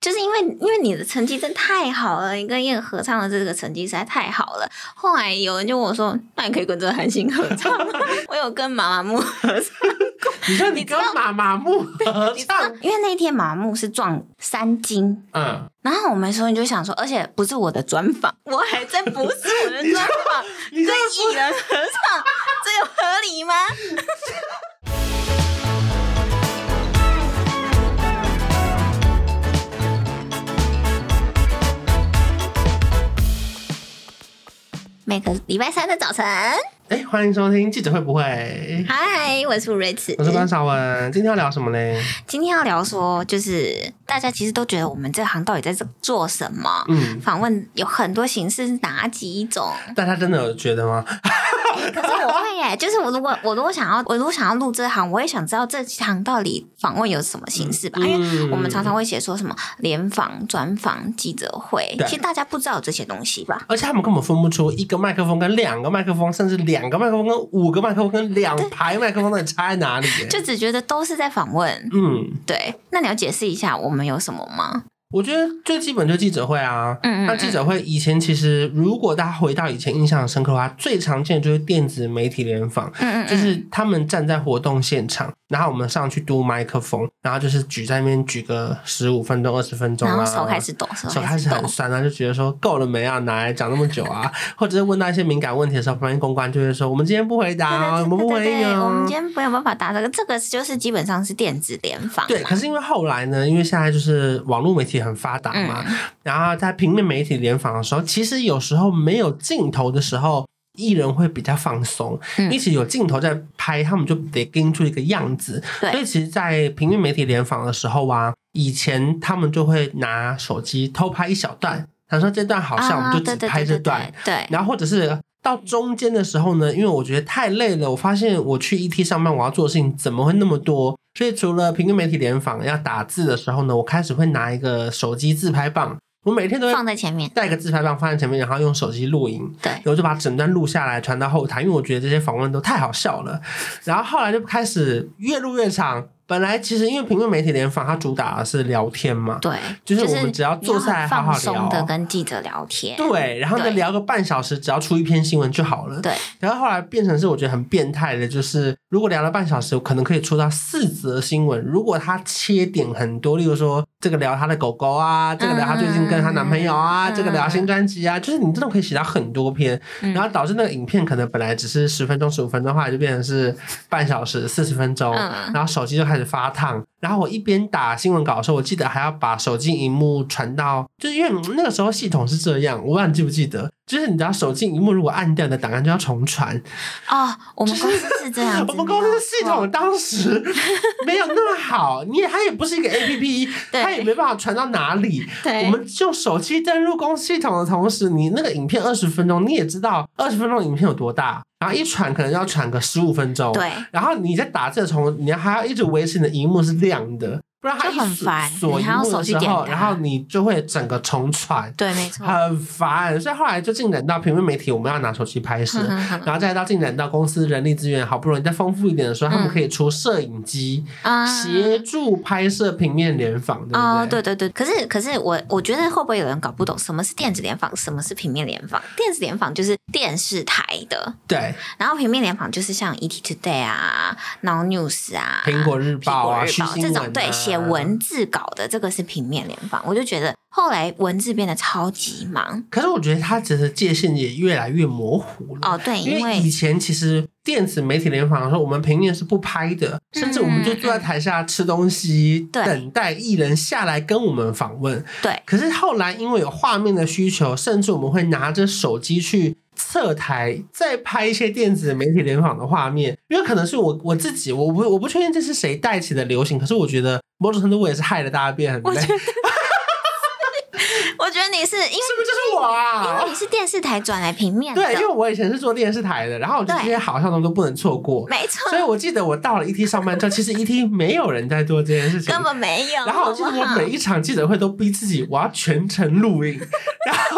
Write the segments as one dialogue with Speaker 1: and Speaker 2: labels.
Speaker 1: 就是因为因为你的成绩真的太好了，你跟燕合唱的这个成绩实在太好了。后来有人就问我说：“那你可以跟这个韩星合唱吗？” 我有跟妈妈木合唱，
Speaker 2: 你说你跟马马木 合唱，
Speaker 1: 因为那天妈妈木是撞三金，
Speaker 2: 嗯，
Speaker 1: 然后我们说你就想说，而且不是我的专 访，我还真不是我的专访，
Speaker 2: 你
Speaker 1: 跟
Speaker 2: 这
Speaker 1: 艺人合 唱，这有合理吗？每个礼拜三的早晨，
Speaker 2: 哎，欢迎收听记者会不会？
Speaker 1: 嗨，我是吴瑞慈
Speaker 2: 我，是关少文，今天要聊什么嘞？
Speaker 1: 今天要聊说，就是大家其实都觉得我们这行到底在这做什么？
Speaker 2: 嗯，
Speaker 1: 访问有很多形式，是哪几种？
Speaker 2: 大家真的有觉得吗？
Speaker 1: 可是我会耶， 就是我如果我如果想要我如果想要录这行，我也想知道这行到底访问有什么形式吧，因为。
Speaker 2: 嗯
Speaker 1: 我们常常会写说什么联访、专访、记者会
Speaker 2: 对，
Speaker 1: 其实大家不知道有这些东西吧？
Speaker 2: 而且他们根本分不出一个麦克风跟两个麦克风，甚至两个麦克风跟五个麦克风跟两排麦克风到底差在哪里耶？
Speaker 1: 就只觉得都是在访问。
Speaker 2: 嗯，
Speaker 1: 对，那你要解释一下我们有什么吗？
Speaker 2: 我觉得最基本就是记者会啊。
Speaker 1: 嗯嗯
Speaker 2: 那记者会以前其实，如果大家回到以前印象深刻的话，最常见的就是电子媒体联访。
Speaker 1: 嗯嗯
Speaker 2: 就
Speaker 1: 嗯，
Speaker 2: 是他们站在活动现场，然后我们上去嘟麦克风，然后就是举在那边举个十五分钟、二十分钟
Speaker 1: 然
Speaker 2: 啊，
Speaker 1: 后手开始抖，手
Speaker 2: 手开
Speaker 1: 开
Speaker 2: 始
Speaker 1: 始抖
Speaker 2: 很。酸啊，就觉得说够了没啊，哪来讲那么久啊？或者是问到一些敏感问题的时候，旁边公关就会说我们今天不回答啊，我
Speaker 1: 对
Speaker 2: 们
Speaker 1: 对
Speaker 2: 不
Speaker 1: 对
Speaker 2: 回
Speaker 1: 对
Speaker 2: 应
Speaker 1: 对，我
Speaker 2: 啊
Speaker 1: 们今。天没有办法答这个，这个就是基本上是电子联访啦。
Speaker 2: 对，可是因为后来呢，因为现在就是网络媒体很发达嘛，
Speaker 1: 嗯
Speaker 2: 然后在平面媒体联访的时候，其实有时候没有镜头的时候，艺人会比较放松；
Speaker 1: 嗯
Speaker 2: 一起有镜头在拍，他们就得盯出一个样子。
Speaker 1: 对
Speaker 2: 所以其实，在平面媒体联访的时候啊，以前他们就会拿手机偷拍一小段，他说这段好笑，我
Speaker 1: 啊，
Speaker 2: 们就
Speaker 1: 对
Speaker 2: 只
Speaker 1: 对
Speaker 2: 拍
Speaker 1: 对
Speaker 2: 这
Speaker 1: 对
Speaker 2: 段。
Speaker 1: 对，对
Speaker 2: 然后或者是到中间的时候呢，因为我觉得太累了，我发现我去 ET 上班，我要做的事情怎么会那么多？所以除了平面媒体联访要打字的时候呢，我开始会拿一个手机自拍棒，我每天都会
Speaker 1: 放在前面。
Speaker 2: 带一个自拍棒放在前面，然后用手机录影。
Speaker 1: 对，
Speaker 2: 然后就把整段录下来传到后台，因为我觉得这些访问都太好笑了。然后后来就开始越录越长。本来其实因为平面媒体联访，它主打的是聊天嘛，
Speaker 1: 对，
Speaker 2: 就是我们只要坐下来好好
Speaker 1: 你要很放松的
Speaker 2: 聊
Speaker 1: 跟记者聊天。
Speaker 2: 对，然后再
Speaker 1: 对
Speaker 2: 聊个半小时，只要出一篇新闻就好了。
Speaker 1: 对，
Speaker 2: 然后后来变成是我觉得很变态的，就是如果聊了半小时，可能可以出到四则新闻。如果他切点很多，例如说这个聊他的狗狗啊，这个聊他最近跟他男朋友啊，
Speaker 1: 嗯
Speaker 2: 这个聊新专辑啊，就是你真的可以写到很多篇，
Speaker 1: 嗯
Speaker 2: 然后导致那个影片可能本来只是十分钟、十五分钟，后来就变成是半小时、四十分钟，
Speaker 1: 嗯
Speaker 2: 然后手机就开始发烫。然后我一边打新闻稿的时候，我记得还要把手机荧幕传到，就是因为那个时候系统是这样，我不知道你记不记得，就是你知道手机荧幕如果按掉，你的档案就要重传。，
Speaker 1: 哦，我们公司是这样子
Speaker 2: 我们公司的系
Speaker 1: 没有
Speaker 2: 统
Speaker 1: 错
Speaker 2: 当时没有那么好，你也它也不是一个 A P P，
Speaker 1: 对
Speaker 2: 它也没办法传到哪里。
Speaker 1: 对
Speaker 2: 我们用手机登录公司系统的同时，你那个影片二十分钟，你也知道二十分钟的影片有多大，然后一传可能要传个十五分钟。。
Speaker 1: 对
Speaker 2: 然后你在打字的从，你还要一直维持你的荧幕是亮的，不然它一
Speaker 1: 就很
Speaker 2: 锁
Speaker 1: 烦
Speaker 2: 锁
Speaker 1: 你
Speaker 2: 荧
Speaker 1: 还要
Speaker 2: 幕的
Speaker 1: 手去
Speaker 2: 时
Speaker 1: 点
Speaker 2: 候，
Speaker 1: 它
Speaker 2: 然后你就会整个重传，
Speaker 1: 对，没 错。
Speaker 2: 很烦。所以后来就进展到平面媒体，我们要拿手机拍 摄，
Speaker 1: 嗯
Speaker 2: 然后再到进展到公司人力资源好不容易再丰富一点的时候，他们
Speaker 1: 嗯
Speaker 2: 可以出摄影机、
Speaker 1: 啊
Speaker 2: 协助拍摄平面联访，对不对？
Speaker 1: 哦，对对对，可是可是我我觉得会不会有人搞不懂什么是电子联访，什么是平面联访？电子联访就是电视台的，
Speaker 2: 对，
Speaker 1: 然后平面联访就是像 ET Today 啊、Now News 啊、
Speaker 2: 苹果日
Speaker 1: 苹
Speaker 2: 报
Speaker 1: 果
Speaker 2: 啊，
Speaker 1: 日
Speaker 2: 虚
Speaker 1: 报
Speaker 2: 新
Speaker 1: 这
Speaker 2: 闻、啊、
Speaker 1: 种对写文字稿的，这个是平面联访。我就觉得后来文字变得超级忙
Speaker 2: 可是我觉得它其实界限也越来越模糊了。
Speaker 1: 哦，对，
Speaker 2: 因
Speaker 1: 因
Speaker 2: 为以
Speaker 1: 为
Speaker 2: 前其实电子媒体联访的时候，我们平面是不拍的，甚至我们就坐在台下吃东
Speaker 1: 嗯
Speaker 2: 西，
Speaker 1: 对
Speaker 2: 等待艺人下来跟我们访问。
Speaker 1: 对
Speaker 2: 可是后来因为有画面的需求，甚至我们会拿着手机去侧台再拍一些电子媒体联访的画面，因为可能是我我自己，我不我不确定这是谁带起的流行，可是我觉得某种程度我也是害了大家变很累，
Speaker 1: 我
Speaker 2: 是
Speaker 1: 觉得
Speaker 2: 不是
Speaker 1: 我觉得你是因为
Speaker 2: 就是我
Speaker 1: 因为
Speaker 2: 啊？
Speaker 1: 你是电视台转来平面的，
Speaker 2: 对，因为我以前是做电视台的，然后我觉得这些好笑的都不能错 过。
Speaker 1: 没错，
Speaker 2: 所以我记得我到了 ET 上班之后，其实 ET 没有人在做这件事 情。
Speaker 1: 根本没有。
Speaker 2: 然后我记得
Speaker 1: 好不
Speaker 2: 我
Speaker 1: 好
Speaker 2: 每一场记者会都逼自己，我要全程录影。然后，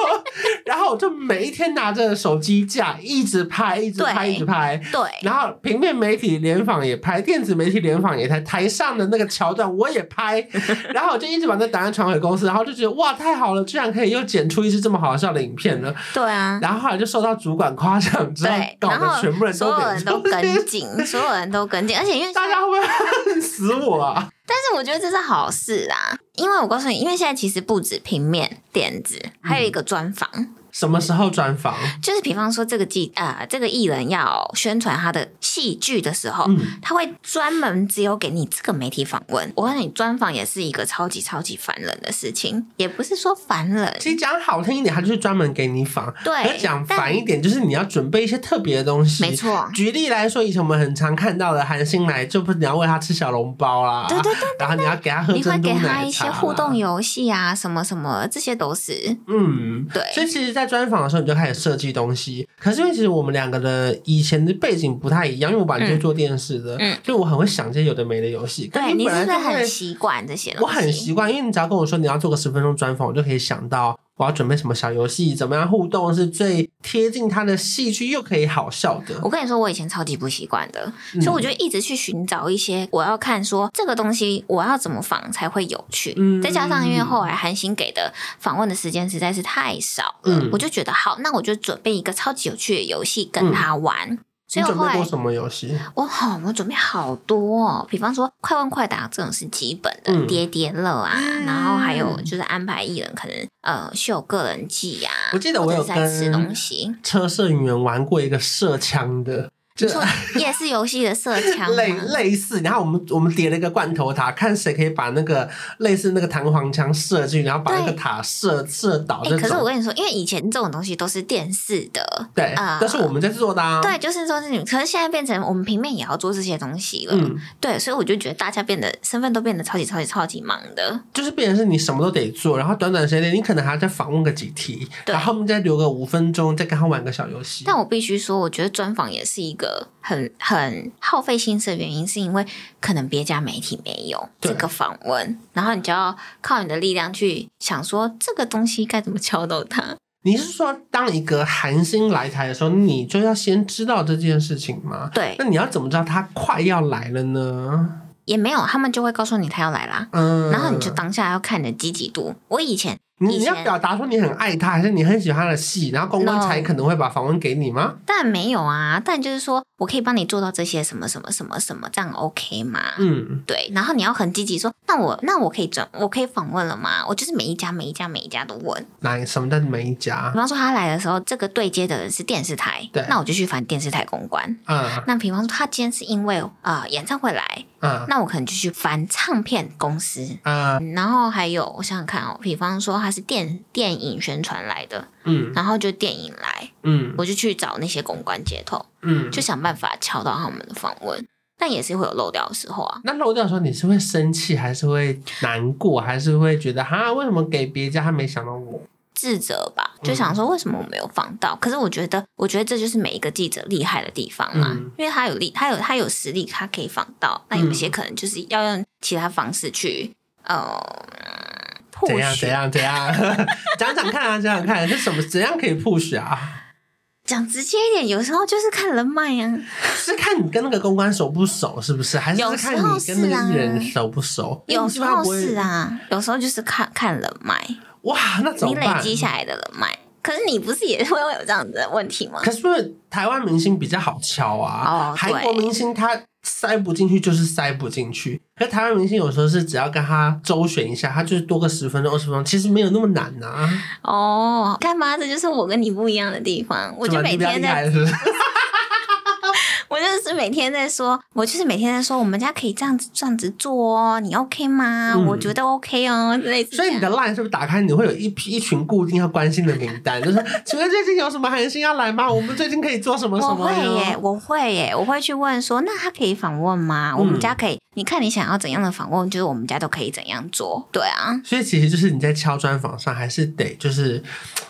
Speaker 2: 然后我就每一天拿着手机架一直拍，一直拍，
Speaker 1: 对
Speaker 2: 一直拍。
Speaker 1: 对，
Speaker 2: 然后平面媒体联访也拍，电子媒体联访也拍，台上的那个桥段我也拍， 然后我就一直把那档案传回公司，然后就觉得哇太好了，居然可以又剪出一支这么好笑的影片了。
Speaker 1: 对 啊，
Speaker 2: 然后后来就受到主管夸奖之后
Speaker 1: 对，，
Speaker 2: 搞
Speaker 1: 然
Speaker 2: 得
Speaker 1: 后
Speaker 2: 全部人
Speaker 1: 所
Speaker 2: 都
Speaker 1: 有
Speaker 2: 得
Speaker 1: 人都
Speaker 2: 做这件
Speaker 1: 跟进，所有人都跟进，而且因为
Speaker 2: 大家会不会恨死我啊？
Speaker 1: 但是我觉得这是好事啦，因为我告诉你，因为现在其实不止平面、电子，还有一个专访，
Speaker 2: 什么时候专访？
Speaker 1: 就是比方说这个记呃这个艺人要宣传他的戏剧的时候，
Speaker 2: 嗯，
Speaker 1: 他会专门只有给你这个媒体访问。我告诉你，专访也是一个超级超级烦人的事情，也不是说烦人，
Speaker 2: 其实讲好听一点，他就是专门给你访；而
Speaker 1: 对，
Speaker 2: 讲
Speaker 1: 但
Speaker 2: 反一点，就是你要准备一些特别的东西。
Speaker 1: 没。错，
Speaker 2: 举例来说，以前我们很常看到的韩星来，就不你要喂他吃小笼包啦，
Speaker 1: 对对对，
Speaker 2: 然后你要给他 喝
Speaker 1: 你会
Speaker 2: 珍珠
Speaker 1: 给
Speaker 2: 奶茶啦，
Speaker 1: 他一些互动游戏啊，什么什么，这些都是
Speaker 2: 嗯，
Speaker 1: 对。
Speaker 2: 所以其实，在专访的时候，你就开始设计东西。可是因为其实我们两个的以前的背景不太一样，因为我本来就是做电视的，
Speaker 1: 嗯
Speaker 2: 所以我很会想这些有的没的游戏。可
Speaker 1: 对你
Speaker 2: 本
Speaker 1: 是
Speaker 2: 来
Speaker 1: 不是
Speaker 2: 就
Speaker 1: 很
Speaker 2: 会
Speaker 1: 习惯这些东西？
Speaker 2: 我很习惯，因为你只要跟我说你要做个十分钟专访，我就可以想到我要准备什么小游戏，怎么样互动是最贴近他的戏剧又可以好笑的。
Speaker 1: 我跟你说，我以前超级不习惯的，
Speaker 2: 嗯
Speaker 1: 所以我就一直去寻找一些我要看说这个东西我要怎么仿才会有趣。
Speaker 2: 嗯
Speaker 1: 再加上因为后来韩星给的访问的时间实在是太少了，
Speaker 2: 嗯
Speaker 1: 我就觉得好，那我就准备一个超级有趣的游戏跟他玩。所以我
Speaker 2: 你准
Speaker 1: 后
Speaker 2: 备
Speaker 1: 来
Speaker 2: 过什么游戏？
Speaker 1: 我好，我准备好多哦，比方说快问快答这种是基本的，
Speaker 2: 嗯
Speaker 1: 叠叠乐啊，
Speaker 2: 嗯
Speaker 1: 然后还有就是安排艺人可能呃秀个人技呀、啊，
Speaker 2: 我记得我有
Speaker 1: 或者是在吃
Speaker 2: 跟
Speaker 1: 东西，
Speaker 2: 车社员玩过一个射枪的，就
Speaker 1: 你 说夜市游戏的射枪吗
Speaker 2: 类类似，然后我们我们叠了一个罐头塔，看谁可以把那个类似那个弹簧枪射进去，然后把那个
Speaker 1: 对
Speaker 2: 塔射射倒
Speaker 1: 哎、
Speaker 2: 这
Speaker 1: 可是我
Speaker 2: 种。
Speaker 1: 跟你说，因为以前这种东西都是电视的，
Speaker 2: 对，
Speaker 1: 啊
Speaker 2: 但是我们在做的啊。
Speaker 1: 对，就是说是你，可是现在变成我们平面也要做这些东西了，
Speaker 2: 嗯，
Speaker 1: 对，所以我就觉得大家变得身份都变得超级超级超级忙的，
Speaker 2: 就是变成是你什么都得做，然后短短时间内你可能还要再访问个几题，
Speaker 1: 对
Speaker 2: 然后后面再留个五分钟，再跟他玩个小游戏。
Speaker 1: 但我必须说，我觉得专访也是一个很很耗费心思的原因，是因为可能别家媒体没有
Speaker 2: 对
Speaker 1: 这个访问，然后你就要靠你的力量去想说这个东西该怎么敲到它。
Speaker 2: 你是说，当一个韩星来台的时候，你就要先知道这件事情吗？
Speaker 1: 对，
Speaker 2: 那你要怎么知道他快要来了呢？
Speaker 1: 也没有，他们就会告诉你他要来啦，
Speaker 2: 嗯，
Speaker 1: 然后你就当下要看你的积极度。我以前
Speaker 2: 你
Speaker 1: 以
Speaker 2: 你要
Speaker 1: 前
Speaker 2: 表达说你很爱他，还是你很喜欢他的戏，然后公关
Speaker 1: No
Speaker 2: 才可能会把访问给你吗？
Speaker 1: 但没有啊，但就是说我可以帮你做到这些什么什么什么什么，这样 OK 吗？
Speaker 2: 嗯，
Speaker 1: 对，然后你要很积极说，那我那我可以转，我可以访问了吗？我就是每一家每一家每一家都问。
Speaker 2: 哪什么叫每一家
Speaker 1: 比？方说他来的时候，这个对接的人是电视台
Speaker 2: 对，
Speaker 1: 那我就去烦电视台公关。
Speaker 2: 嗯
Speaker 1: 那比方说他今天是因为呃演唱会来，
Speaker 2: 嗯
Speaker 1: 那我可能就去烦唱片公司。
Speaker 2: 嗯
Speaker 1: 然后还有我想想看哦，比方说他是电电影宣传来的，
Speaker 2: 嗯
Speaker 1: 然后就电影来，
Speaker 2: 嗯
Speaker 1: 我就去找那些公关接头，
Speaker 2: 嗯，
Speaker 1: 就想办法敲到他们的访问，但也是会有漏掉的时候啊。
Speaker 2: 那漏掉的时候，你是会生气，还是会难过，还是会觉得哈，为什么给别家他没想到我？
Speaker 1: 自责吧，就
Speaker 2: 嗯
Speaker 1: 想说为什么我没有放到？可是我觉得，我觉得这就是每一个记者厉害的地方啦，
Speaker 2: 嗯
Speaker 1: 因为他有力，他有他有实力，他可以放到。那有一些可能就是要用其他方式去，呃，或
Speaker 2: 怎样怎
Speaker 1: 许
Speaker 2: 样怎样？ 讲讲看啊，讲讲看，是什么？怎样可以 push 啊？
Speaker 1: 讲直接一点，有时候就是看人脉呀、啊。
Speaker 2: 是看你跟那个公关熟不熟，是不是？还是
Speaker 1: 有
Speaker 2: 看
Speaker 1: 时候
Speaker 2: 你跟那
Speaker 1: 是
Speaker 2: 个
Speaker 1: 啊
Speaker 2: 艺人熟不熟？
Speaker 1: 有时候是
Speaker 2: 啊。
Speaker 1: 啊，有时候就是看看人脉，
Speaker 2: 哇，那怎
Speaker 1: 你
Speaker 2: 么
Speaker 1: 累
Speaker 2: 办？
Speaker 1: 积下来的人脉。可是你不是也会有这样子的问题吗？
Speaker 2: 可是因为台湾明星比较好敲啊，
Speaker 1: 哦
Speaker 2: 韩
Speaker 1: 对
Speaker 2: 国明星他塞不进去就是塞不进去。可是台湾明星有时候是只要跟他周旋一下，他就是多个十分钟二十分钟，其实没有那么难呐、啊。
Speaker 1: 哦，干嘛？这就是我跟你不一样的地方。我
Speaker 2: 是
Speaker 1: 就
Speaker 2: 吧
Speaker 1: 每
Speaker 2: 你比较
Speaker 1: 天啊在
Speaker 2: 厉害是不是
Speaker 1: 我就是每天在说，我就是每天在说，我们家可以这样子这样子做哦，你 OK 吗？
Speaker 2: 嗯
Speaker 1: 我觉得 OK 哦，类似
Speaker 2: 所
Speaker 1: 这
Speaker 2: 以你
Speaker 1: 样。
Speaker 2: 的 line 是不是打开你会有一批一群固定要关心的名 单？就是请问最近有什么韩星要来吗？我们最近可以做什么什
Speaker 1: 我
Speaker 2: 么
Speaker 1: 会耶
Speaker 2: 哟，？
Speaker 1: 我会耶，我会去问说，那他可以访问吗？
Speaker 2: 嗯
Speaker 1: 我们家可以，你看你想要怎样的访问，就是我们家都可以怎样做。对啊，
Speaker 2: 所以其实就是你在敲专访上，还是得就是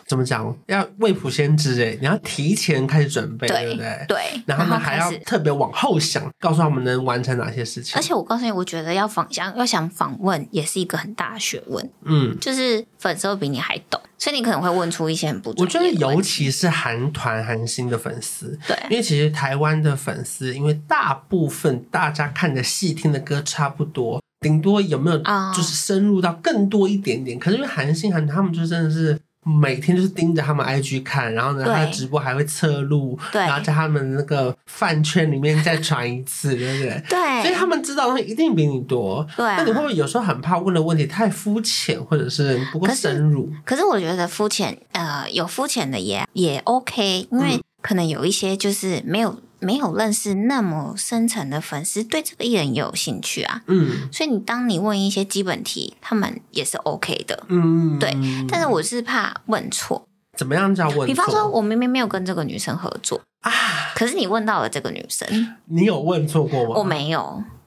Speaker 2: 怎么讲，要未卜先知哎，你要提前开始准备，对
Speaker 1: 对
Speaker 2: 不对？
Speaker 1: 对，
Speaker 2: 然后呢，还
Speaker 1: 开
Speaker 2: 要
Speaker 1: 始。
Speaker 2: 特别往后想，告诉他们能完成哪些事情。
Speaker 1: 而，且我告诉你，我觉得要访想要想访问也是一个很大的学问，
Speaker 2: 嗯，
Speaker 1: 就是粉丝会比你还懂。所以你可能会问出一些很不
Speaker 2: 我
Speaker 1: 专
Speaker 2: 觉得
Speaker 1: 业的问
Speaker 2: 尤
Speaker 1: 题。
Speaker 2: 其是韩团韩星的粉丝，
Speaker 1: 对
Speaker 2: 因为其实台湾的粉丝，因为大部分大家看的戏听的歌差不多，顶多有没有
Speaker 1: 啊
Speaker 2: 就是深入到更多一点点。可是因为韩星韩团他们就真的是。每天就是盯着他们 IG 看，然后呢，
Speaker 1: 对
Speaker 2: 他的直播还会侧录，
Speaker 1: 对
Speaker 2: 然后在他们那个饭圈里面再传一次，对不对？所以
Speaker 1: 哦对
Speaker 2: 他们知道的东西一定比你多。
Speaker 1: 对啊
Speaker 2: 那你会不会有时候很怕问的问题太肤浅，或者是不够
Speaker 1: 可是
Speaker 2: 深入？
Speaker 1: 可是我觉得肤浅，呃，有肤浅的也也 OK，因
Speaker 2: 嗯
Speaker 1: 为可能有一些就是没有没有认识那么深层的粉丝，对这个艺人也有兴趣啊。
Speaker 2: 嗯
Speaker 1: 所以你当你问一些基本题，他们也是 OK 的。
Speaker 2: 嗯，
Speaker 1: 对但是我是怕问错，
Speaker 2: 怎么样叫问错？
Speaker 1: 比方说，我明明没有跟这个女生合作，
Speaker 2: 啊，
Speaker 1: 可是你问到了这个女生，
Speaker 2: 你有问错过吗？
Speaker 1: 我，没有，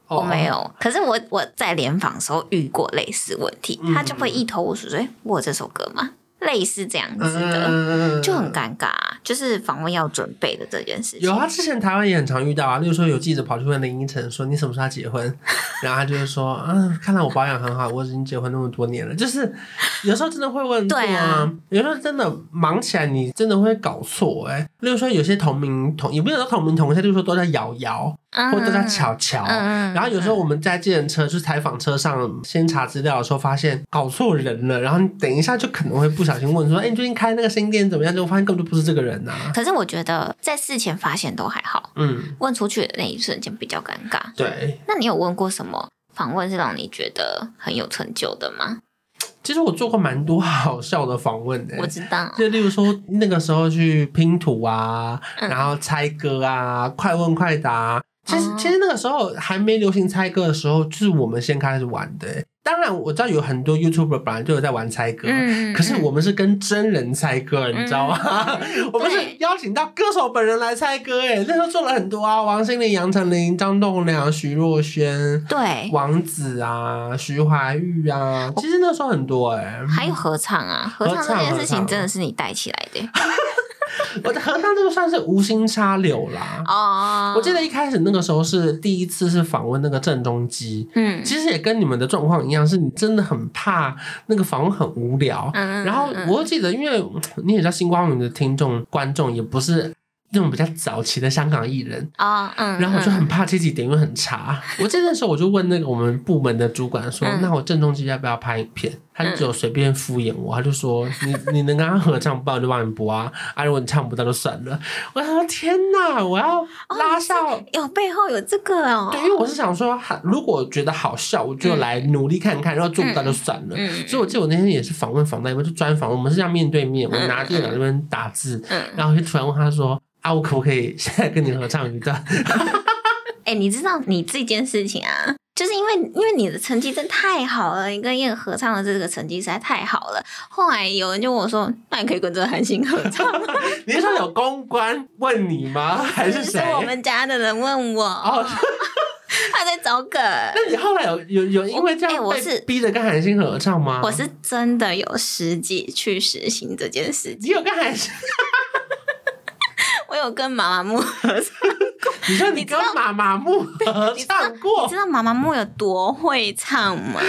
Speaker 2: 哦
Speaker 1: 我没有。可是我我在联访的时候遇过类似问题，
Speaker 2: 嗯
Speaker 1: 他就会一头雾水，说：“哎，我有这首歌吗？”类似这样子的。
Speaker 2: 嗯，
Speaker 1: 就很尴尬、啊，就是访问要准备的这件事情。
Speaker 2: 有啊，之前台湾也很常遇到啊，例如说有记者跑去问林依晨说你什么时候要 结婚，然后他就会说啊，看来我保养很好，我已经结婚那么多年了。就是有时候真的会问错
Speaker 1: 对啊，
Speaker 2: 有时候真的忙起来你真的会搞错哎、例如说有些同名同也不是说同名同姓，例如说都叫瑶瑶
Speaker 1: 嗯
Speaker 2: 或都叫巧巧。
Speaker 1: 嗯嗯
Speaker 2: 然后有时候我们在计程车去采访车上先查资料的时候，发现搞错人了，然后你等一下就可能会不小心问说：“哎，你最近开那个新店怎么样？”结果发现根本就不是这个人呐、啊
Speaker 1: 可是我觉得在事前发现都还好，
Speaker 2: 嗯，
Speaker 1: 问出去的那一瞬间比较尴尬。
Speaker 2: 对。
Speaker 1: 那你有问过什么访问是让你觉得很有成就的吗？
Speaker 2: 其实我做过蛮多好笑的访问的、
Speaker 1: 我知道，
Speaker 2: 就例如说那个时候去拼图啊，
Speaker 1: 嗯
Speaker 2: 然后猜歌啊，快问快答、其实
Speaker 1: 哦
Speaker 2: 其实那个时候还没流行猜歌的时候，就是我们先开始玩的、当然我知道有很多 YouTuber 本来就有在玩猜歌，啊
Speaker 1: 嗯
Speaker 2: 可是我们是跟真人猜歌，你知 道吗？我们是
Speaker 1: 对
Speaker 2: 邀请到歌手本人来猜歌，哎，那时候做了很多啊，王心凌、杨丞琳、张栋梁、徐若瑄、
Speaker 1: 对，
Speaker 2: 王子啊、徐怀钰啊，其实那时候很多哎、
Speaker 1: 还有合唱啊，合
Speaker 2: 合
Speaker 1: 唱这
Speaker 2: 唱
Speaker 1: 件
Speaker 2: 合
Speaker 1: 事
Speaker 2: 唱
Speaker 1: 情真的是你带起来 的
Speaker 2: 我的合唱这个算是无心插柳啦。
Speaker 1: 哦。
Speaker 2: 我记，得一开始那个时候是第一次是访问那个郑中基，
Speaker 1: 嗯
Speaker 2: 其实也跟你们的状况一样，是你真的很怕那个访问很无聊，
Speaker 1: 嗯，
Speaker 2: 然后
Speaker 1: 嗯
Speaker 2: 我又记得，因为嗯你也知道，星光云的听众观众也不是那种比较早期的香港艺人，
Speaker 1: 啊，嗯，
Speaker 2: 然后我就
Speaker 1: 嗯
Speaker 2: 很怕这集点阅很差。我记得那时候我就问那个我们部门的主管说：“
Speaker 1: 嗯
Speaker 2: 那我郑中基要不要拍影片？”他就只有随便敷衍我，他就说：“你你能跟他合唱，不然我就帮你播啊。 啊，如果你唱不到就算了。”我想说：“天哪，我要
Speaker 1: 哦
Speaker 2: 拉上。
Speaker 1: 有背后有这个哦，
Speaker 2: 对，因为我是想说，如果觉得好笑，我就来努力看看，然后做不到就算了。
Speaker 1: 嗯
Speaker 2: 所以我记得我那天也是访问访到一半，就专访，我们是这样面对面，我拿电脑那边打字，
Speaker 1: 嗯，
Speaker 2: 然后就突然问他说：“啊，我可不可以现在跟你合唱一段
Speaker 1: 哎、你知道你这件事情啊，就是因为因为你的成绩真的太好了，你跟燕合唱的这个成绩实在太好了。后来有人就问我说：“那你可以跟这个韩星合唱吗？” ？”
Speaker 2: 你是说有公关问你吗？ 还是
Speaker 1: 哦是
Speaker 2: 谁？
Speaker 1: 我们家的人问我，
Speaker 2: 哦，
Speaker 1: 他在找梗。
Speaker 2: 那你后来有有有因为这
Speaker 1: 哎
Speaker 2: 样
Speaker 1: 我
Speaker 2: 被
Speaker 1: 是
Speaker 2: 逼着跟韩星合唱吗？
Speaker 1: 我是真的有实际去实行这件事情，
Speaker 2: 你有跟韩星？
Speaker 1: 我有跟妈妈木合唱。
Speaker 2: 你说你跟马马木合唱
Speaker 1: 你
Speaker 2: 过
Speaker 1: 知？道妈妈木有多会唱吗？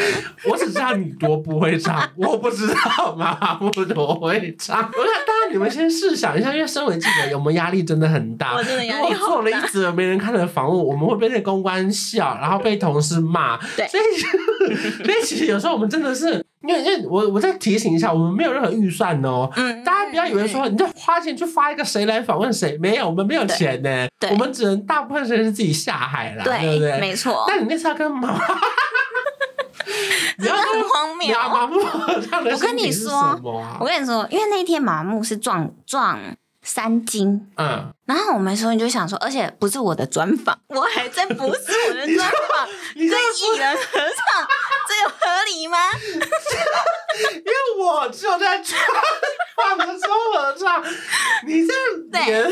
Speaker 2: 我只知道你多不会唱，我不知道马马木多会唱。我想当然你们先试想一下，因为身为记者，我们压力真的很大。
Speaker 1: 我真的压
Speaker 2: 如
Speaker 1: 力好
Speaker 2: 果做了一则没人看的访问，我们会被那公关笑，然后被同事骂。
Speaker 1: 对
Speaker 2: 所以所以其实有时候我们真的是，因为因为我我再提醒一下，我们没有任何预算哦。
Speaker 1: 嗯，
Speaker 2: 大家不要以为说你在花钱去发一个谁来访问谁，没有，我们没有钱呢、
Speaker 1: 对
Speaker 2: 我们只能大部分时间是自己下海啦，对
Speaker 1: 对
Speaker 2: 不对？
Speaker 1: 没错，
Speaker 2: 但你那次要跟妈妈，你
Speaker 1: 真
Speaker 2: 要
Speaker 1: 的
Speaker 2: 跟
Speaker 1: 很荒
Speaker 2: 你
Speaker 1: 谬。
Speaker 2: 要妈妈唱的
Speaker 1: 我跟你
Speaker 2: 是
Speaker 1: 说
Speaker 2: 什么啊
Speaker 1: 我跟你说，因为那天麻木是撞撞三金，
Speaker 2: 嗯，
Speaker 1: 然后我们说你就想说，而且不是我的专访，我还在不是我的专访
Speaker 2: 你
Speaker 1: 跟
Speaker 2: 这
Speaker 1: 艺人合唱，这有合理吗？
Speaker 2: 因为我只有在唱放的时候合唱，你在
Speaker 1: 对
Speaker 2: 连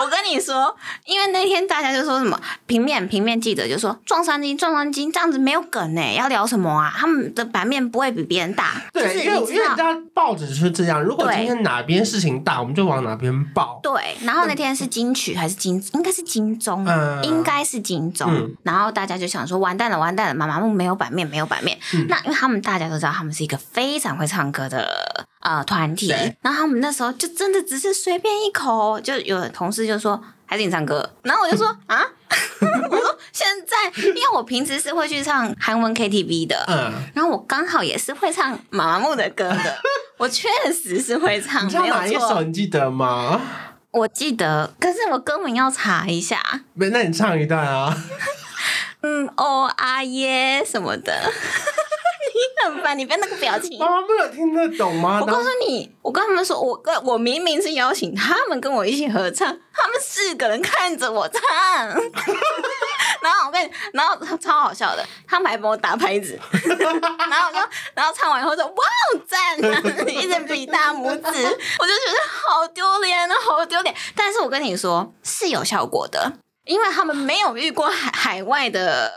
Speaker 1: 我跟你说，因为那天大家就说什么平面平面记者就说撞三金撞三金这样子没有梗呢、要聊什么啊？他们的版面不会比别人大，就
Speaker 2: 对，
Speaker 1: 是
Speaker 2: 因为
Speaker 1: 你
Speaker 2: 因为
Speaker 1: 知
Speaker 2: 你知
Speaker 1: 道。
Speaker 2: 道报纸是这样，如果
Speaker 1: 对
Speaker 2: 今天哪边事情大，我们就往哪边报。
Speaker 1: 对，然后那天是金曲还是金，应该是金钟，
Speaker 2: 嗯
Speaker 1: 应该是金钟。
Speaker 2: 嗯
Speaker 1: 然后大家就想说，完蛋了，完蛋了，妈妈木没有版面，没有版面。
Speaker 2: 嗯
Speaker 1: 那因为他们大家都知道，他们是一个非常会唱歌的呃团体
Speaker 2: 对，
Speaker 1: 然后他们那时候就真的只是随便一口，就有同事就说还是你唱歌，然后我就 说啊， 我说现在，因为我平时是会去唱韩文 KTV 的，
Speaker 2: 嗯，
Speaker 1: 然后我刚好也是会唱妈妈木的歌 的，我确实是会唱，
Speaker 2: 你知道
Speaker 1: 没
Speaker 2: 哪一
Speaker 1: 有
Speaker 2: 首？
Speaker 1: 错，
Speaker 2: 你记得吗？
Speaker 1: 我记得，可是我歌名要查一下，
Speaker 2: 没，那你唱一段啊。
Speaker 1: 嗯，哦啊耶什么的，你很烦，你被那个表情
Speaker 2: 妈。妈没有听得懂吗？
Speaker 1: 我告诉你，我跟他们说，我跟我明明是邀请他们跟我一起合唱，他们四个人看着我唱，然后我跟你，然后超好笑的，他们还帮我打拍子， 然后我就，然后唱完以后说哇赞、啊，一直比大拇指，我就觉得好丢脸啊，好丢脸。但是我跟你说是有效果的，因为他们没有遇过海海外的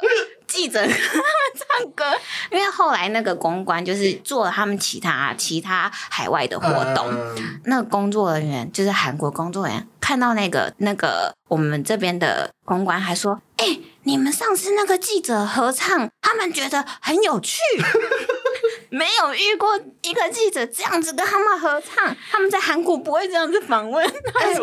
Speaker 1: 记者跟他们唱歌，因为后来那个公关就是做了他们其他其他海外的活动，
Speaker 2: 嗯
Speaker 1: 那个工作人员就是韩国工作人员，看到那个那个我们这边的公关还说：“哎、你们上次那个记者合唱，他们觉得很有 趣，没有遇过一个记者这样子跟他们合唱，他们在韩国不会这样子访问。
Speaker 2: 哎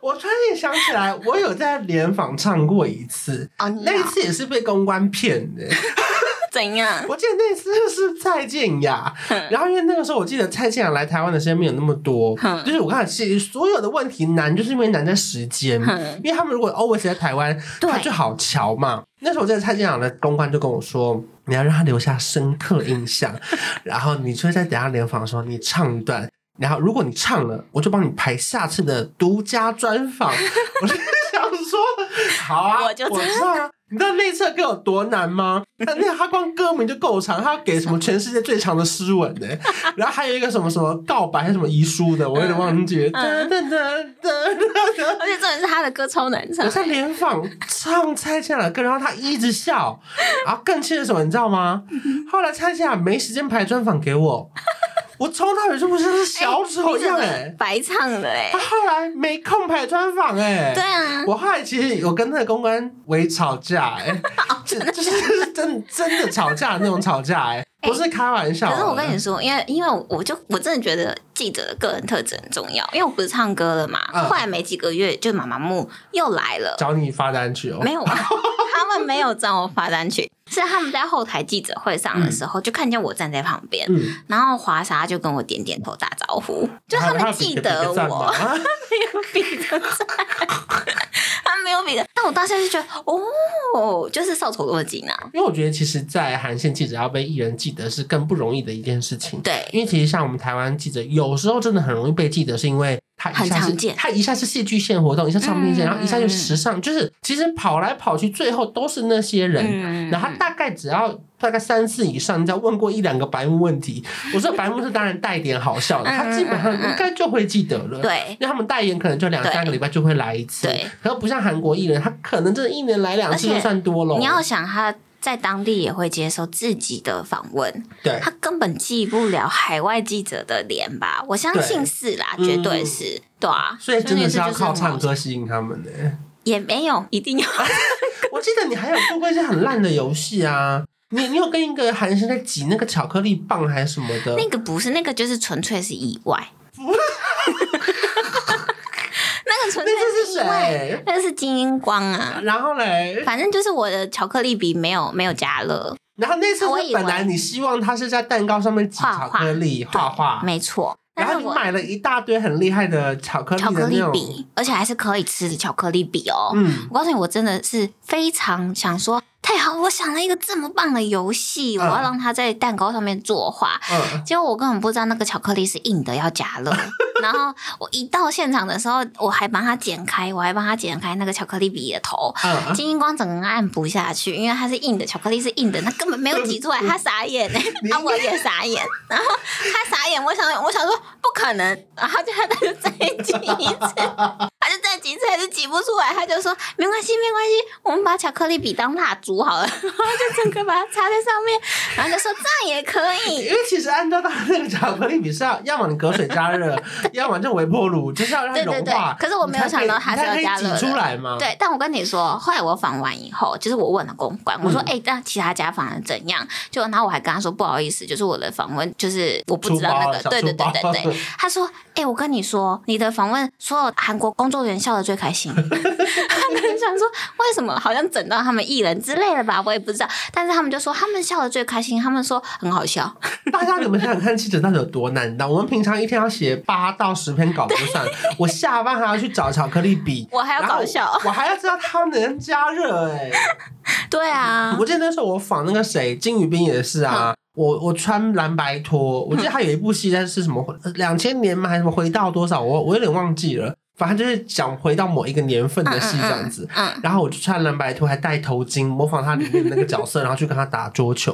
Speaker 2: 我我突然间想起来，我有在联访唱过一次，”
Speaker 1: 哦，你
Speaker 2: 那一
Speaker 1: 要
Speaker 2: 次也是被公关骗的。
Speaker 1: 怎 样？
Speaker 2: 我记得那次是蔡健雅，然后因为那个时候我记得蔡健雅来台湾的时间没有那么多
Speaker 1: 嗯，
Speaker 2: 就是我看其实所有的问题难，就是因为难在时间
Speaker 1: 嗯，
Speaker 2: 因为他们如果 always 在台湾，
Speaker 1: 对
Speaker 2: 他就好瞧嘛。那时候我记得蔡健雅的公关就跟我说。你要让他留下深刻 印象，然后你就会在等下联访的时候，你唱一段，然后如果你唱了，我就帮你排下次的独家 专访。我就想说，好啊，
Speaker 1: 我就
Speaker 2: 我知道啊。你知道那次歌有多难吗？那那他光歌名就够长，他要给什么全世界最长的诗文 呢、然后还有一个什么什么告白还是什么遗书的，我有点忘记了。
Speaker 1: 嗯
Speaker 2: 噔噔噔噔噔噔
Speaker 1: 而且重点是他的歌超难唱
Speaker 2: 我，在联访唱蔡健雅的歌，然后他一直笑，然后更气的是什么，你知道吗？后来蔡健雅没时间排专访给我，我从头到尾就不是小丑
Speaker 1: 你
Speaker 2: 一样
Speaker 1: 怎
Speaker 2: 哎、
Speaker 1: 么白唱了哎、
Speaker 2: 他后来没空排专访哎、
Speaker 1: 对啊，
Speaker 2: 我后来其实有跟那个公关为吵架、欸，
Speaker 1: 哦
Speaker 2: 就就是真真的吵架那种吵架、欸，不是开玩笑的。
Speaker 1: 哎可是我跟你说，因为因为我我就我真的觉得记者的个人特质很重要，因为我不是唱歌了嘛，
Speaker 2: 嗯
Speaker 1: 后来没几个月就妈妈木又来了，
Speaker 2: 找你发单曲哦、
Speaker 1: 没有啊，他们没有找我发单曲，是他们在后台记者会上的时候、就看见我站在旁边，
Speaker 2: 嗯，
Speaker 1: 然后华莎就跟我点点头打招呼，就他
Speaker 2: 还
Speaker 1: 们
Speaker 2: 有啊比
Speaker 1: 记
Speaker 2: 个比
Speaker 1: 得
Speaker 2: 个赞
Speaker 1: 我
Speaker 2: 吗，啊
Speaker 1: 没有比的赞， 他没有比的，但我当下就觉得哦，就是受宠若惊啊，
Speaker 2: 因为我觉得其实，在韩线记者要被艺人记得是更不容易的一件事情。
Speaker 1: 对
Speaker 2: 因为其实像我们台湾记者，有时候真的很容易被记得，是因为他一下
Speaker 1: 很
Speaker 2: 是
Speaker 1: 常见
Speaker 2: 他一下是戏剧线活动，一下唱片线，
Speaker 1: 嗯
Speaker 2: 然后一下就时尚，就是其实跑来跑去，最后都是那些人。
Speaker 1: 嗯
Speaker 2: 然后他大概只要大概三次以上，你只要问过一两个白目问题，我说白目是当然带点好笑的，
Speaker 1: 嗯
Speaker 2: 他基本上应该就会记得了。。
Speaker 1: 对。
Speaker 2: 因为他们代言可能就两
Speaker 1: 对
Speaker 2: 三个礼拜就会来一次
Speaker 1: 对，
Speaker 2: 可是不像韩国艺人，他可能真的一年来两次
Speaker 1: 而且
Speaker 2: 就算多了。
Speaker 1: 你要想他在当地也会接受自己的访问，
Speaker 2: 对
Speaker 1: 他根本记不了海外记者的脸吧？我相信是啦，
Speaker 2: 对嗯
Speaker 1: 绝对是，对啊。
Speaker 2: 所以真的是要靠
Speaker 1: 所以那次就
Speaker 2: 唱
Speaker 1: 是很好笑，
Speaker 2: 歌吸引他们呢、
Speaker 1: 也没有一定要
Speaker 2: 我记得你还有做过一些很烂的游戏啊，你你有跟一个韩星在挤那个巧克力棒还是什么的？
Speaker 1: 那个不是那个，就是纯粹是意 外。那个纯粹
Speaker 2: 那次是
Speaker 1: 意外，
Speaker 2: 谁？
Speaker 1: 那个是精英光啊。
Speaker 2: 然后嘞，
Speaker 1: 反正就是我的巧克力笔没有没有加热，
Speaker 2: 然后那次
Speaker 1: 我
Speaker 2: 是
Speaker 1: 以
Speaker 2: 本来
Speaker 1: 为
Speaker 2: 你希望他是在蛋糕上面挤巧克力画画，
Speaker 1: 没错。但是
Speaker 2: 然后你
Speaker 1: 我
Speaker 2: 买了一大堆很厉害的巧克力
Speaker 1: 巧克
Speaker 2: 的那
Speaker 1: 力
Speaker 2: 种，
Speaker 1: 笔，而且还是可以吃的巧克力笔哦。
Speaker 2: 嗯，
Speaker 1: 我告诉你，我真的是非常想说，太好了，我想了一个这么棒的游戏，
Speaker 2: 嗯
Speaker 1: 我要让它在蛋糕上面作画。
Speaker 2: 嗯，
Speaker 1: 结果我根本不知道那个巧克力是硬的，要加热。然后我一到现场的时候，我还帮它剪开，我还帮它剪开那个巧克力笔的头。
Speaker 2: 嗯，
Speaker 1: 金英光整个人按不下去，因为它是硬的，巧克力是硬的，它根本没有挤出来，他傻眼哎、
Speaker 2: 你
Speaker 1: 啊，我也傻眼，然后他傻眼，我想我想说不可能，然后就他就再挤一次，他就再几次还是挤不出来，他就说没关系，没关系，我们把巧克力笔当蜡烛好了，然后就整个把它插在上面，然后就说这样也可以
Speaker 2: 因。为其实按照他那个巧克力笔是要，要么你隔水加热，要么就微波炉，就是要让它
Speaker 1: 对对
Speaker 2: 融
Speaker 1: 对
Speaker 2: 化。，
Speaker 1: 可是我没有想到它是要
Speaker 2: 你才
Speaker 1: 加
Speaker 2: 可以
Speaker 1: 热
Speaker 2: 挤出
Speaker 1: 的。
Speaker 2: 来啊嘛？，
Speaker 1: 对，但我跟你说，后来我访完以后，就是我问了公关，我说：“
Speaker 2: 嗯
Speaker 1: 哎、那其他家访的怎样？”就然后我还跟他说：“不好意思，就是我的访问，就是我不
Speaker 2: 出
Speaker 1: 知道
Speaker 2: 包
Speaker 1: 那
Speaker 2: 了，
Speaker 1: 个。
Speaker 2: 小”
Speaker 1: 对对
Speaker 2: 出
Speaker 1: 对
Speaker 2: 包。
Speaker 1: 对对，他说：“哎、我跟你说，你的访问，所有韩国工作人员笑得最开心。” 他们想说：“为什么好像整到他们艺人之类的吧？”我也不知道，但是他们就说他们笑得最开心，他们说很好笑。
Speaker 2: 大家你们想想看，记者到底有多难当？我们平常一天要写八到十篇稿就算，我下班还要去找巧克力笔，
Speaker 1: 我还要
Speaker 2: 然后
Speaker 1: 搞笑，
Speaker 2: 我还要知道它能加热哎、
Speaker 1: 对啊
Speaker 2: 我，记得那时候我仿那个谁金宇彬也是啊，我我穿蓝白拖，我记得他有一部戏在是什么两千年吗？还是什么回到多少？我我有点忘记了，反正就是讲回到某一个年份的戏这样子。
Speaker 1: 嗯，嗯
Speaker 2: 然后我就穿蓝白拖，还戴头巾，模仿他里面的那个角色，然后去跟他打桌球。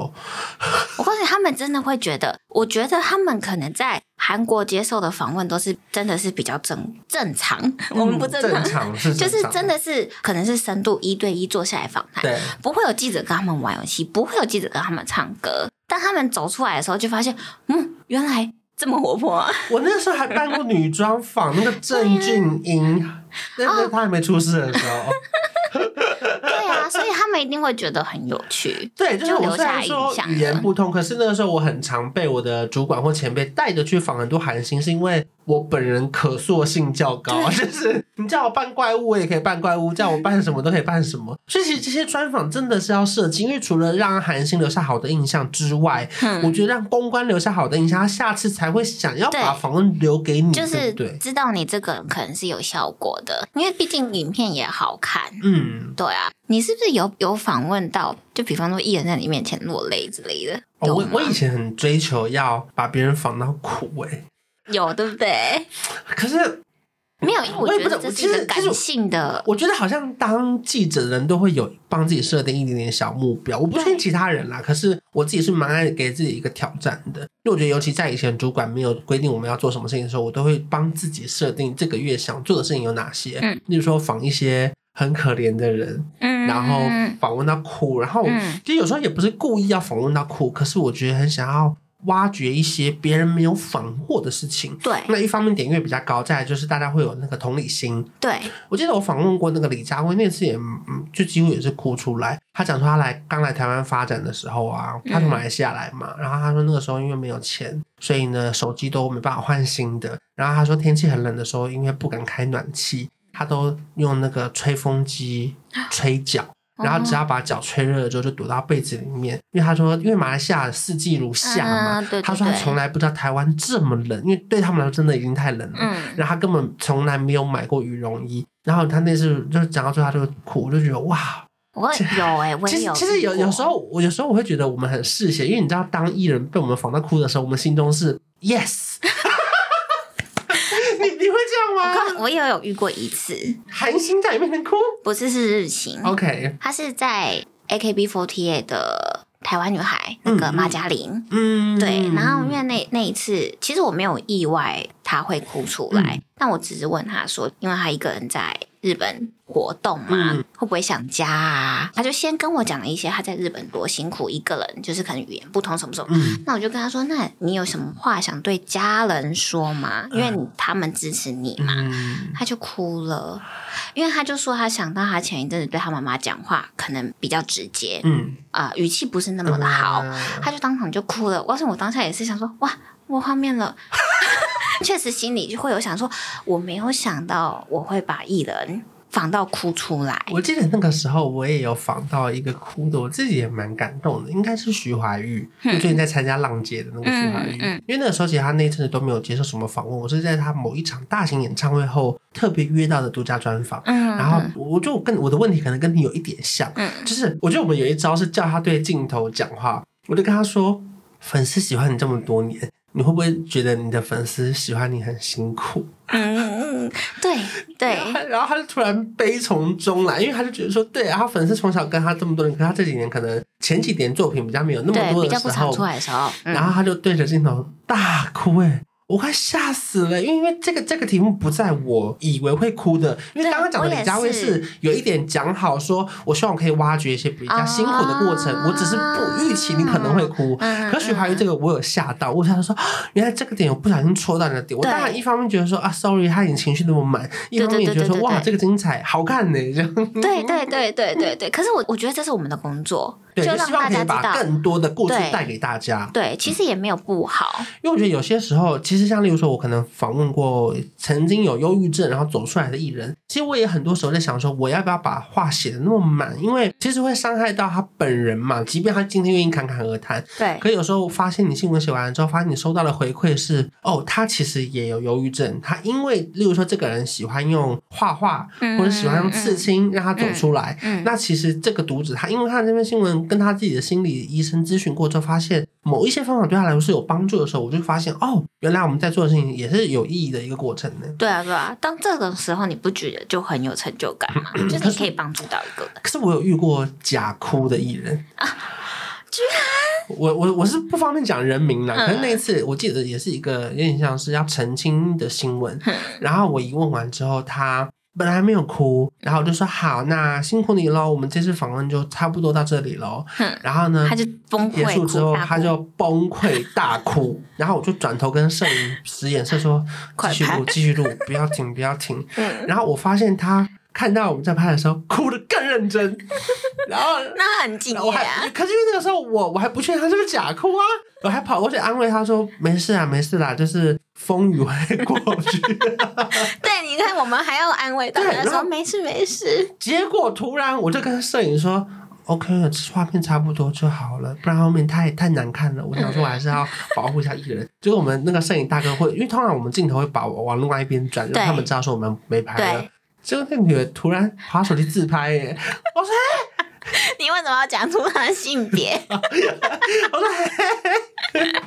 Speaker 1: 我告诉你，他们真的会觉得，我觉得他们可能在韩国接受的访问都是真的是比较正正常，我们不
Speaker 2: 嗯
Speaker 1: 正
Speaker 2: 正
Speaker 1: 常，
Speaker 2: 常 是
Speaker 1: 就是
Speaker 2: 正常
Speaker 1: 真的是可能是深度一对一坐下来访谈，
Speaker 2: 对。
Speaker 1: 不会有记者跟他们玩游戏，不会有记者跟他们唱歌。当他们走出来的时候，就发现，嗯，原来这么活泼、啊。
Speaker 2: 我那时候还扮过女装仿那个郑俊英，那那
Speaker 1: 哦
Speaker 2: 他还没出事的时 候，哦
Speaker 1: 对啊，所以他们一定会觉得很有趣。
Speaker 2: 对，就是我
Speaker 1: 留
Speaker 2: 虽
Speaker 1: 下
Speaker 2: 然说
Speaker 1: 印象
Speaker 2: 语言
Speaker 1: 了
Speaker 2: 不通，可是那个时候我很常被我的主管或前辈带着去访很多韩星，是因为我本人可塑性较高， 就是你叫我扮怪物，我也可以扮怪物；叫我扮什么都可以扮什 么。所以其实这些专访真的是要设计，因为除了让韩星留下好的印象之外，我
Speaker 1: 嗯，
Speaker 2: 觉得让公关留下好的印象，他下次才会想要把
Speaker 1: 对
Speaker 2: 访问留给你，
Speaker 1: 就是
Speaker 2: 对不对？
Speaker 1: 知道你这个人可能是有效果的，因为毕竟影片也好看。
Speaker 2: 嗯。
Speaker 1: 对啊，你是不是有有访问到？就比方说艺人在你面前落泪之类的，
Speaker 2: 哦、
Speaker 1: 有
Speaker 2: 我
Speaker 1: 吗
Speaker 2: 我以前很追求要把别人仿到苦哎、
Speaker 1: 有对不对？
Speaker 2: 可是
Speaker 1: 没有，因为
Speaker 2: 我也
Speaker 1: 觉
Speaker 2: 不
Speaker 1: 得
Speaker 2: 知道
Speaker 1: 这
Speaker 2: 其
Speaker 1: 是
Speaker 2: 实
Speaker 1: 一
Speaker 2: 其
Speaker 1: 个
Speaker 2: 实
Speaker 1: 感性的。
Speaker 2: 我觉得好像当记者的人都会有帮自己设定一点点小目标，我不劝
Speaker 1: 对
Speaker 2: 其他人
Speaker 1: 嗯
Speaker 2: 啦，可是我自己是蛮爱给自己一个挑战的，因为我觉得尤其在以前主管没有规定我们要做什么事情的时候，我都会帮自己设定这个月想做的事情有哪些，
Speaker 1: 嗯，
Speaker 2: 例如说仿一些很可怜的人，
Speaker 1: 嗯，
Speaker 2: 然后访问到哭，然后
Speaker 1: 嗯
Speaker 2: 其实有时候也不是故意要访问到哭，可是我觉得很想要挖掘一些别人没有访过的事情。
Speaker 1: 对
Speaker 2: 那一方面点阅比较高，再来就是大家会有那个同理心。
Speaker 1: 对，
Speaker 2: 我记得我访问过那个李佳薇，那次也嗯，就几乎也是哭出来。她讲说她来刚来台湾发展的时候啊，她从马来西亚来嘛，然后她说那个时候因为没有钱，所以呢手机都没办法换新的。然后她说天气很冷的时候，因为不敢开暖气，她都用那个吹风机吹脚。
Speaker 1: 哦
Speaker 2: 然
Speaker 1: 嗯
Speaker 2: 后只要把脚吹热了之后，就躲到被子里面，因为她说，因为马来西亚四季如夏嘛，
Speaker 1: 嗯对对
Speaker 2: 她说她
Speaker 1: 对
Speaker 2: 从来不知道台湾这么冷，因为对他们来说真的已经太冷了。
Speaker 1: 嗯，
Speaker 2: 然后他根本从来没有买过羽绒衣。然后他那次就是讲到最后，他就哭，我就觉得哇，
Speaker 1: 我有哎、我
Speaker 2: 其
Speaker 1: 也
Speaker 2: 实
Speaker 1: 有
Speaker 2: 其实有
Speaker 1: 遇过
Speaker 2: 有时候我有时候我会觉得我们很嗜血，因为你知道，当艺人被我们仿到哭的时候，我们心 中是 yes。你你会这
Speaker 1: 我
Speaker 2: 样吗？
Speaker 1: 看我也有遇过一次，
Speaker 2: 韩星在你面前哭
Speaker 1: 不是是日行，
Speaker 2: ？OK，
Speaker 1: 她是在 AKB48 的台湾女孩那个
Speaker 2: 嗯嗯
Speaker 1: 马嘉玲，
Speaker 2: 嗯，
Speaker 1: 对，然后因为那那一次，其实我没有意外他会哭出来，
Speaker 2: 嗯
Speaker 1: 但我只是问他说，因为他一个人在日本活动嘛，
Speaker 2: 嗯
Speaker 1: 会不会想家啊？他就先跟我讲了一些他在日本多辛苦，一个人就是可能语言不通什么什么。
Speaker 2: 嗯
Speaker 1: 那我就跟他说，那你有什么话想对家人说吗？因为你他们支持你嘛。
Speaker 2: 嗯，
Speaker 1: 他就哭了，因为他就说他想到他前一阵子对他妈妈讲话可能比较直接，
Speaker 2: 嗯，
Speaker 1: 啊、语气不是那么的好，他就当场就哭了。我告诉你我当下也是想说，哇，我画面了。 确实心里就会有想说，我没有想到我会把艺人仿到哭出来。
Speaker 2: 我记得那个时候我也有访到一个哭的，我自己也蛮感动的，应该是徐怀钰，就最近在参加浪姐的那个徐怀钰，
Speaker 1: 嗯嗯
Speaker 2: 因为那个时候其实他那一阵子都没有接受什么访问，我是在他某一场大型演唱会后特别约到的独家专访。
Speaker 1: 嗯，
Speaker 2: 然后我就跟我的问题可能跟你有一点像，
Speaker 1: 嗯
Speaker 2: 就是我觉得我们有一招是叫他对镜头讲话，我就跟他说，粉丝喜欢你这么多年，你会不会觉得你的粉丝喜欢你很辛苦？
Speaker 1: 嗯嗯嗯，对对，
Speaker 2: 然后他就突然悲从中来，因为他就觉得说，对，啊，他粉丝从小跟他这么多年，可他这几年可能前几年作品比较没有那么
Speaker 1: 对
Speaker 2: 多
Speaker 1: 比
Speaker 2: 的
Speaker 1: 较
Speaker 2: 时
Speaker 1: 不常
Speaker 2: 候
Speaker 1: 出，来的时候，嗯
Speaker 2: 然后他就对着镜头大哭、欸，我快吓死了，因为因为这个这个题目不在我以为会哭的，因为
Speaker 1: 嗯对
Speaker 2: 刚刚讲的
Speaker 1: 我也
Speaker 2: 李佳薇
Speaker 1: 是
Speaker 2: 是有一点讲好说，我希望我可以挖掘一些比较辛苦的过程，
Speaker 1: 啊
Speaker 2: 我只是不预期你可能会哭。
Speaker 1: 嗯
Speaker 2: 可许怀玉这个我有吓到，我想说 啊原来这个点我不小心戳到你的点，我
Speaker 1: 对
Speaker 2: 当然一方面觉得说啊，sorry，他演情绪那么满，一方面也
Speaker 1: 对对
Speaker 2: 觉得
Speaker 1: 对
Speaker 2: 说
Speaker 1: 对对
Speaker 2: 哇，
Speaker 1: 对
Speaker 2: 这个精彩，好看呢，这样
Speaker 1: 对
Speaker 2: 嗯
Speaker 1: 对对对对对。可是我我觉得这是我们的工作，
Speaker 2: 对，就
Speaker 1: 让
Speaker 2: 希
Speaker 1: 大
Speaker 2: 望可
Speaker 1: 家
Speaker 2: 以
Speaker 1: 知
Speaker 2: 把
Speaker 1: 道，
Speaker 2: 更多的故事
Speaker 1: 对
Speaker 2: 带给大家。
Speaker 1: 对，其实也没有不好。
Speaker 2: 因为我觉得有些时候，其实像例如说，我可能访问过曾经有忧郁症然后走出来的艺人，其实我也很多时候在想说，我要不要把话写的那么满？因为其实会伤害到他本人嘛。即便他今天愿意侃侃而谈，
Speaker 1: 对
Speaker 2: 可有时候发现你新闻写完了之后，发现你收到的回馈是，哦，他其实也有忧郁症，他因为例如说这个人喜欢用画画
Speaker 1: 嗯
Speaker 2: 或者喜欢用刺青让他走出来，
Speaker 1: 嗯，
Speaker 2: 那其实这个读者他，因为看这篇新闻，跟他自己的心理医生咨询过之后，发现某一些方法对他来说是有帮助的时候，我就发现哦，原来我们在做的事情也是有意义的一个过程呢。
Speaker 1: 对啊对啊。当这个时候你不觉得就很有成就感吗？就是你可以帮助到一个人。
Speaker 2: 可是我有遇过假哭的艺人啊，
Speaker 1: 居
Speaker 2: 然！我我我是不方便讲人名啦，
Speaker 1: 嗯
Speaker 2: 可是那一次我记得也是一个有点像是要澄清的新闻，
Speaker 1: 嗯
Speaker 2: 然后我一问完之后，他本来没有哭，然后我就说好，那辛苦你喽，我们这次访问就差不多到这里喽
Speaker 1: 嗯。
Speaker 2: 然后呢，
Speaker 1: 他就崩
Speaker 2: 结
Speaker 1: 溃
Speaker 2: 束
Speaker 1: 哭
Speaker 2: 之后，
Speaker 1: 大哭
Speaker 2: 他就崩溃大哭，然后我就转头跟摄影使眼色说：“
Speaker 1: 快
Speaker 2: 继续
Speaker 1: 拍
Speaker 2: 录，继续录，不要停，不要停。
Speaker 1: 嗯”
Speaker 2: 然后我发现他看到我们在拍的时候，哭的更 认真，然后。
Speaker 1: 那很敬
Speaker 2: 然后我
Speaker 1: 业
Speaker 2: 还
Speaker 1: 啊，，
Speaker 2: 可是因为那个时候我我还不确定他是不是假哭啊，我还跑过去安慰他说没事啊没事啦，就是风雨会过去。
Speaker 1: 对，你看我们还要安慰大
Speaker 2: 对
Speaker 1: 家
Speaker 2: 然后
Speaker 1: 说没事没事，
Speaker 2: 结果突然我就跟摄影说：“OK 了，画面差不多就好了，不然后面太太难看了。”我想说，我还是要保护一下艺人。结果我们那个摄影大哥会，因为通常我们镜头会把往另外一边转，
Speaker 1: 对
Speaker 2: 让他们知道说我们没拍了
Speaker 1: 对。
Speaker 2: 结果那女的突然爬手机自拍耶！我说
Speaker 1: 你为什么要讲出他的性 别？：“
Speaker 2: 哦我说嘿
Speaker 1: 嗯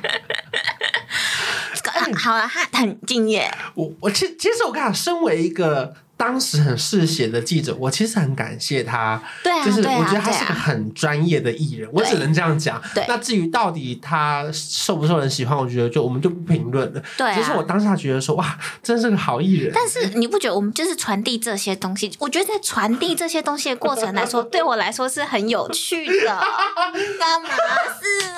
Speaker 1: 好了，他很敬业，
Speaker 2: 我我其其实我跟你讲，身为一个当时很嗜血的记者，我其实很感谢他。
Speaker 1: 对啊，
Speaker 2: 就是
Speaker 1: 对
Speaker 2: 我
Speaker 1: 啊，
Speaker 2: 觉得他
Speaker 1: 对
Speaker 2: 是个
Speaker 1: 啊，
Speaker 2: 很专业的艺人，我
Speaker 1: 对
Speaker 2: 只能这样讲
Speaker 1: 对。
Speaker 2: 那至于到底他受不受人喜欢，我觉得就我们就不评论了。
Speaker 1: 对啊
Speaker 2: 只是我当下觉得说，哇，真是个好艺人。
Speaker 1: 但是你不觉得我们就是传递这些东西？我觉得在传递这些东西的过程 来说，对我来说是很有趣的。干嘛是呢？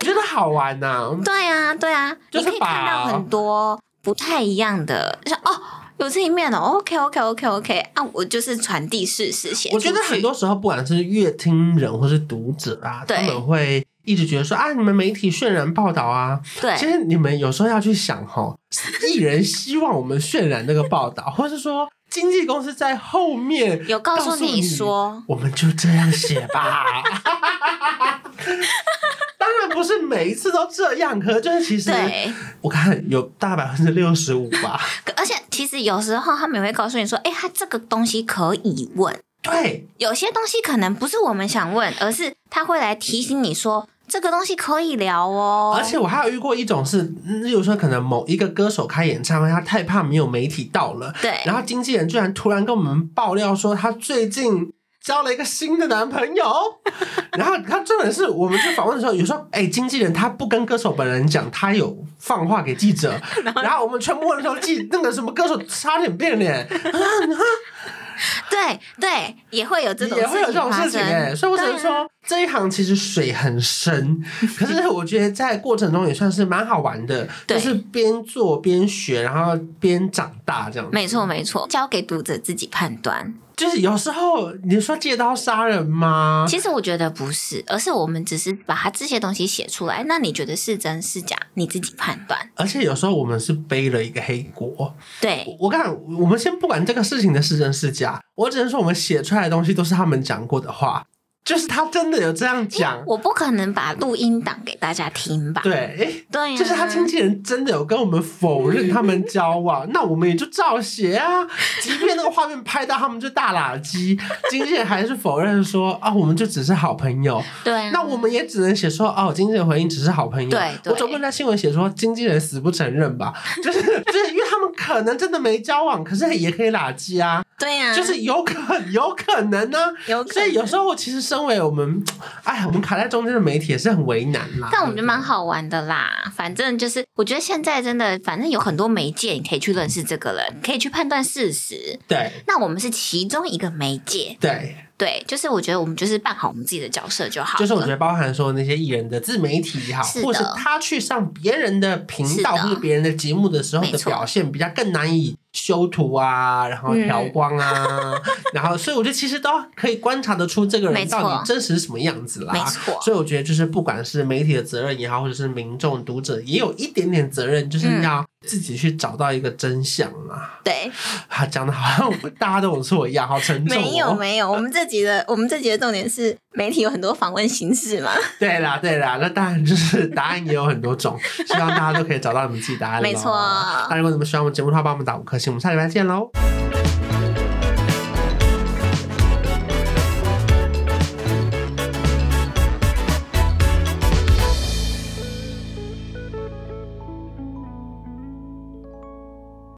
Speaker 2: 我觉得好玩呐、
Speaker 1: 对啊，对啊，
Speaker 2: 就
Speaker 1: 你
Speaker 2: 是
Speaker 1: 可以看到
Speaker 2: 把
Speaker 1: 很多不太一样的，像哦，有这一面哦，OK，OK，OK，OK 啊，我就是传递事实写出
Speaker 2: 我
Speaker 1: 去。
Speaker 2: 觉得很多时候，不管是乐听人或是读者啊，
Speaker 1: 对
Speaker 2: 他们会一直觉得说啊，你们媒体渲染报道啊，
Speaker 1: 对
Speaker 2: 其实你们有时候要去想 哈，艺人希望我们渲染那个报道，或是说经纪公司在后面
Speaker 1: 有告诉
Speaker 2: 诉
Speaker 1: 你说
Speaker 2: 我们就这样写 吧。当然不是每一次都这样，可是就是其实
Speaker 1: 对，
Speaker 2: 我看有大百分之六十五吧。
Speaker 1: 可而且其实有时候他们也会告诉你说，哎、他这个东西可以问，
Speaker 2: 对，
Speaker 1: 有些东西可能不是我们想问，而是他会来提醒你说这个东西可以聊哦。
Speaker 2: 而且我还有遇过一种是，嗯例如说可能某一个歌手开演唱会，他太怕没有媒体到了，
Speaker 1: 对，
Speaker 2: 然后经纪人居然突然跟我们爆料说，她最近交了一个新的男朋友。 然后他重点是我们去访问的时候，有时候哎，经纪人他不跟歌手本人讲，他有放话给记者。 然后我们全部问的时候，记那个什么歌手差点变脸，
Speaker 1: 对对，也会有这种
Speaker 2: 也会有这种
Speaker 1: 发
Speaker 2: 事情
Speaker 1: 生。
Speaker 2: 哎、所以我只能
Speaker 1: 对啊
Speaker 2: 说这一行其实水很深，可是我觉得在过程中也算是蛮好玩的，
Speaker 1: 对
Speaker 2: 就是边做边学，然后边长大这样子。
Speaker 1: 没错没错，交给读者自己判断。
Speaker 2: 就是有时候你说借刀杀人吗？
Speaker 1: 其实我觉得不是，而是我们只是把它这些东西写出来。那你觉得是真是假，你自己判断。
Speaker 2: 而且有时候我们是背了一个黑锅。
Speaker 1: 对
Speaker 2: 我看我们先不管这个事情的是真是假，我只能说我们写出来的东西都是他们讲过的话，就是他真的有这样讲。
Speaker 1: 我不可能把录音档给大家听吧？
Speaker 2: 哦对，诶
Speaker 1: 对啊呀、
Speaker 2: 就是他经纪人真的有跟我们否认他们交往，那我们也就照写啊。即便那个画面拍到他们就大垃圾，经纪人还是否认说啊，我们就只是好朋友。
Speaker 1: 对啊，
Speaker 2: 那我们也只能写说哦，经纪人回应只是好朋友。
Speaker 1: 对对
Speaker 2: 我总不能在新闻写说经纪人 死不承认吧？就是就是因为他们可能真的没交往，可是也可以拉鸡啊。
Speaker 1: 对呀、
Speaker 2: 就是有可有可能呢、
Speaker 1: 嗯有可
Speaker 2: 所
Speaker 1: 能，
Speaker 2: 以有时候其实身为我们，哎，我们卡在中间的媒体也是很为难啦。
Speaker 1: 但我们觉得蛮好玩的啦。反正就是，我觉得现在真的，反正有很多媒介，你可以去认识这个人，可以去判断事实。
Speaker 2: 对
Speaker 1: 那我们是其中一个媒介，
Speaker 2: 对，
Speaker 1: 对，就是我觉得我们就是办好我们自己的角色就好了。
Speaker 2: 就是我觉得包含说那些艺人的自媒体也好，
Speaker 1: 是的
Speaker 2: 或是他去上别人的频道
Speaker 1: 是的
Speaker 2: 或者别人的节目的时候
Speaker 1: 没
Speaker 2: 的
Speaker 1: 错
Speaker 2: 表现，比较更难以修图啊，然后
Speaker 1: 嗯
Speaker 2: 调光啊， 然后所以我觉得其实都可以观察得出这个
Speaker 1: 没
Speaker 2: 人
Speaker 1: 错
Speaker 2: 到底真实是什么样子啦。
Speaker 1: 没错
Speaker 2: 所以我觉得就是不管是媒体的责任也好，或者是民众读者也有一点点责任，就是
Speaker 1: 嗯
Speaker 2: 要自己去找到一个真相啦。
Speaker 1: 对，
Speaker 2: 啊，讲的好像我大家都有错一样，好沉重、哦。
Speaker 1: 没有没有，我们这集的我们这集的重点是媒体有很多访问形式嘛，
Speaker 2: 对啦，对啦，那当然就是 答案也有很多种，希望大家都可以找到你们自己答案咯。
Speaker 1: 没错
Speaker 2: 那如果你们喜欢我们节目的话，帮我们打五颗星，我们下礼拜见喽，拜